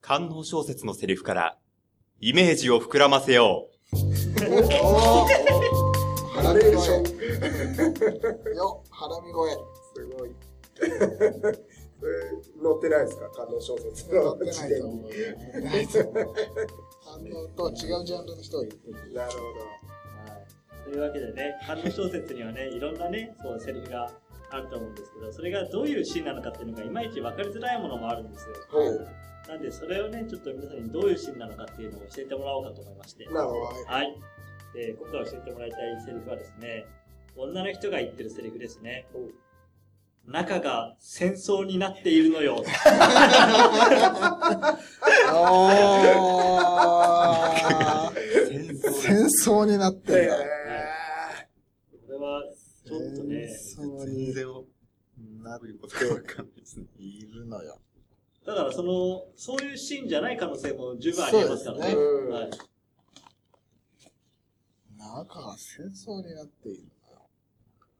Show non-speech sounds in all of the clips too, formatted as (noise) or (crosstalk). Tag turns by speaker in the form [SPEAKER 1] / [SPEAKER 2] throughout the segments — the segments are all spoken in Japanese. [SPEAKER 1] 官能小説のセリフから、イメージを膨らませよう。
[SPEAKER 2] 腹
[SPEAKER 3] れ
[SPEAKER 2] 見
[SPEAKER 3] でし
[SPEAKER 2] 声。
[SPEAKER 3] ょ
[SPEAKER 2] よ、腹見声。
[SPEAKER 3] すごい。えー載ってないですか観音小説の
[SPEAKER 2] 乗って
[SPEAKER 3] 事
[SPEAKER 2] な
[SPEAKER 3] 典
[SPEAKER 2] いと
[SPEAKER 3] に。
[SPEAKER 2] 思う。乗ってないと思う。反応とは違うジャンルの人を言ってる。
[SPEAKER 3] なるほ
[SPEAKER 4] はいというわけでね、観音小説にはね、いろんなね、そう、セリフがあると思うんですけど、それがどういうシーンなのかっていうのが、いまいち分かりづらいものもあるんですよ。
[SPEAKER 3] ど。は
[SPEAKER 4] なんで、それをね、ちょっと皆さんにどういうシーンなのかっていうのを教えてもらおうかと思いまして。
[SPEAKER 3] い。なるほど。
[SPEAKER 4] はい。で、今回教えてもらいたいセリフはですね、女の人が言ってるセリフですね。中が戦争になっているのよ。
[SPEAKER 2] あ
[SPEAKER 1] 戦
[SPEAKER 2] ー
[SPEAKER 1] 争
[SPEAKER 2] 戦争になってるな。
[SPEAKER 4] これは、ちょっとね、
[SPEAKER 2] 戦争
[SPEAKER 1] 全
[SPEAKER 2] に
[SPEAKER 1] 然を、
[SPEAKER 2] な
[SPEAKER 1] どういうことかわかんないですね。
[SPEAKER 2] いるのよ。
[SPEAKER 4] だからその、そういうシーンじゃない可能性も十分ありえますからね。
[SPEAKER 2] そう
[SPEAKER 3] ですね
[SPEAKER 4] はい。
[SPEAKER 2] 中が戦争になっているのよ。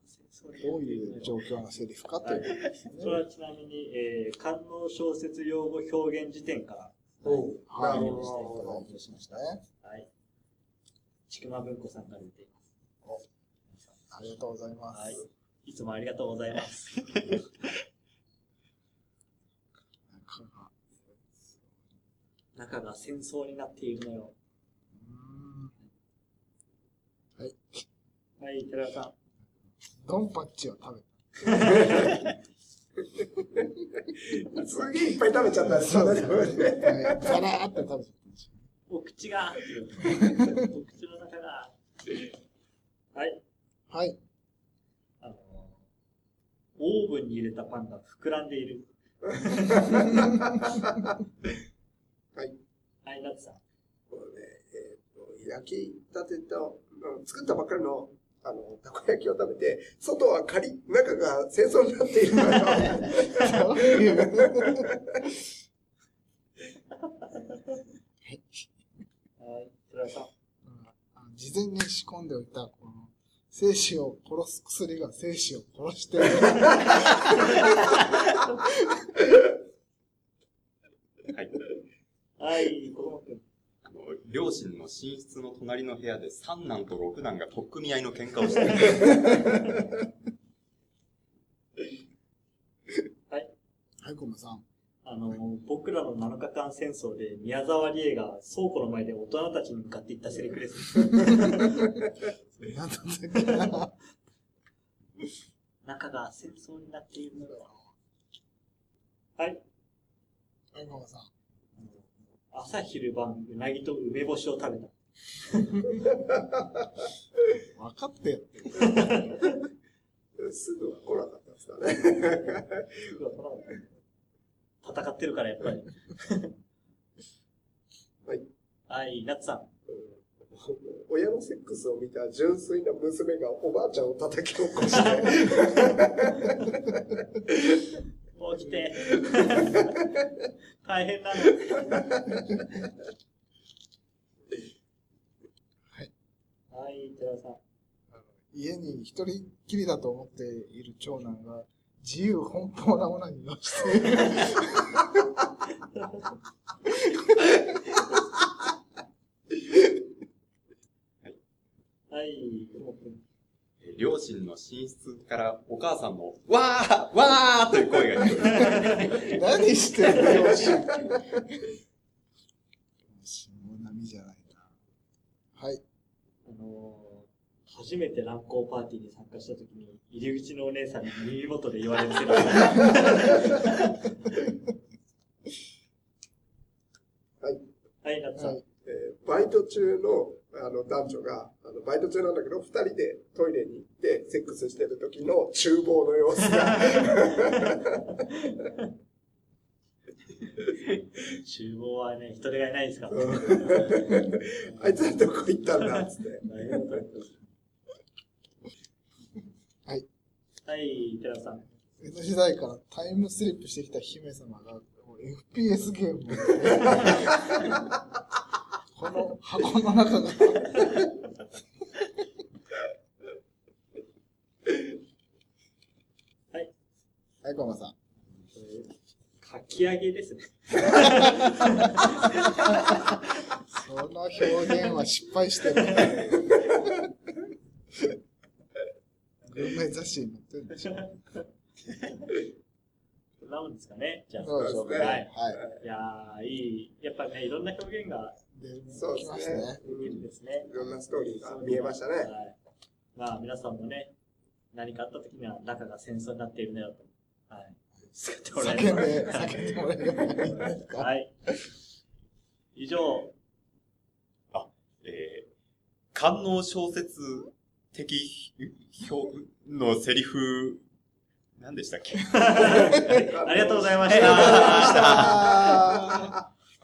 [SPEAKER 4] 戦争
[SPEAKER 2] どう
[SPEAKER 4] になってるの
[SPEAKER 2] い
[SPEAKER 4] よ
[SPEAKER 2] う状況のセリフかということですね。
[SPEAKER 4] それはちなみに、えー、官能小説用語表現辞典から、
[SPEAKER 3] おうな
[SPEAKER 2] はい、
[SPEAKER 3] る
[SPEAKER 2] い
[SPEAKER 3] ほ
[SPEAKER 2] ただ
[SPEAKER 3] ど。
[SPEAKER 2] きましたね。
[SPEAKER 4] はい。ちくま文庫さんから出ています。
[SPEAKER 2] ありがとうございます。
[SPEAKER 4] はい。いつもありがとうございます。
[SPEAKER 2] 中が
[SPEAKER 4] (laughs) 中が戦争になっているのよ。はい、寺田さん。
[SPEAKER 2] ドンパッチを食べ
[SPEAKER 3] すげえいっぱい食べちゃったんですよ。
[SPEAKER 2] た。はいザラーって食べちゃったんですよ。
[SPEAKER 4] お口 (laughs) がお口の中がはい。
[SPEAKER 2] はい。
[SPEAKER 4] あの、オーブンに入れたパンが膨らんでいる。
[SPEAKER 3] はい。
[SPEAKER 4] はい、ナツさん。
[SPEAKER 3] これねえーと焼きたてと、うん作ったばっかりの、あの、たこ焼きを食べて、外はカリッ、中が戦争になっているから、
[SPEAKER 2] そういう
[SPEAKER 4] はい、寺田さん。
[SPEAKER 2] うんあの事前に仕込んでおいた、この、精子を殺す薬が精子を殺している。
[SPEAKER 1] はい。
[SPEAKER 4] はい、子供くん。
[SPEAKER 1] あの両親の寝室の隣の部屋で三男と六男が取っ組み合いの喧嘩をして (laughs) る。
[SPEAKER 2] はい、ごめんさん。
[SPEAKER 4] あの、僕らの7日間戦争で宮沢りえが倉庫の前で大人たちに向かって言ったセリフです。
[SPEAKER 2] なんだったっけな。
[SPEAKER 4] 中が戦争になっているのだよ。はい。
[SPEAKER 2] はい、ごめんさん。
[SPEAKER 4] 朝昼晩、うなぎと梅干しを食べた。
[SPEAKER 2] 分かってよ。
[SPEAKER 3] すぐは来なかったですから
[SPEAKER 2] (laughs)
[SPEAKER 3] ね。
[SPEAKER 4] うわこの戦ってるから、やっぱり。
[SPEAKER 3] はい。
[SPEAKER 4] はい、ナツさん。
[SPEAKER 3] 親のセックスを見た純粋な娘がおばあちゃんを叩き起こして、
[SPEAKER 4] 起き (laughs) て。大変なの。はい、寺田さん。
[SPEAKER 2] 家に一人っきりだと思っている長男が、自由奔放なオナニーをしている。
[SPEAKER 4] はい、くもくん。
[SPEAKER 1] 両親の寝室からお母さんの、わーわーという声が聞こえる。
[SPEAKER 2] (laughs) 何してる (laughs) よ、し。下波じゃないな。はい。
[SPEAKER 4] あのー初めて乱行パーティーに参加した時に、入り口のお姉さんに耳元で言われるけど、 (laughs)
[SPEAKER 3] はい。
[SPEAKER 4] はい、ナツさん。
[SPEAKER 2] は
[SPEAKER 4] はいい、
[SPEAKER 3] えーバイト中のあの男女が、あのバイト中なんだけど、二人でトイレに行って、セックスしてる時の厨房の様子が、
[SPEAKER 2] (laughs)
[SPEAKER 3] (laughs)
[SPEAKER 4] 厨房はね、人手がいないですから。
[SPEAKER 3] うんあいつらどこ行ったんだっつって。
[SPEAKER 4] 大変だ
[SPEAKER 2] はい。
[SPEAKER 4] はい、寺田さん。
[SPEAKER 2] 江戸時代からタイムスリップしてきた姫様が、こう FPS ゲー (laughs) ムを、この箱の中が、はい、ごめんなさん。
[SPEAKER 4] えーかき揚げですね。
[SPEAKER 2] その表現は失敗
[SPEAKER 3] (laughs)
[SPEAKER 2] してるね。グルメ雑誌に載ってるんでしょ。
[SPEAKER 4] こんなもんですかね。じゃあ、
[SPEAKER 2] そう
[SPEAKER 3] ですね
[SPEAKER 4] は
[SPEAKER 2] はいい。。
[SPEAKER 4] いやー、いい。やっぱね、いろんな表現が
[SPEAKER 2] で、
[SPEAKER 3] そう
[SPEAKER 2] 来ま
[SPEAKER 3] で
[SPEAKER 2] し
[SPEAKER 3] す
[SPEAKER 2] た
[SPEAKER 3] ね
[SPEAKER 2] ね。。
[SPEAKER 3] う
[SPEAKER 4] できるん
[SPEAKER 3] ん
[SPEAKER 4] ですね
[SPEAKER 3] い。ろんなストーリーが見えましたね
[SPEAKER 4] はい。まあ、皆さんもね、何かあった時には中が戦争になっているのよと。はい。使ってもらえ
[SPEAKER 2] 叫ん
[SPEAKER 4] れ
[SPEAKER 2] で、
[SPEAKER 4] ば
[SPEAKER 2] 叫んでもらえればいいん
[SPEAKER 3] (laughs)
[SPEAKER 2] ですか。
[SPEAKER 4] はい。以上、
[SPEAKER 1] えー、官能小説的表のセリフ、何でしたっけありがとう
[SPEAKER 4] ありがとうございまし
[SPEAKER 1] ございま
[SPEAKER 4] た。
[SPEAKER 1] した。
[SPEAKER 2] あー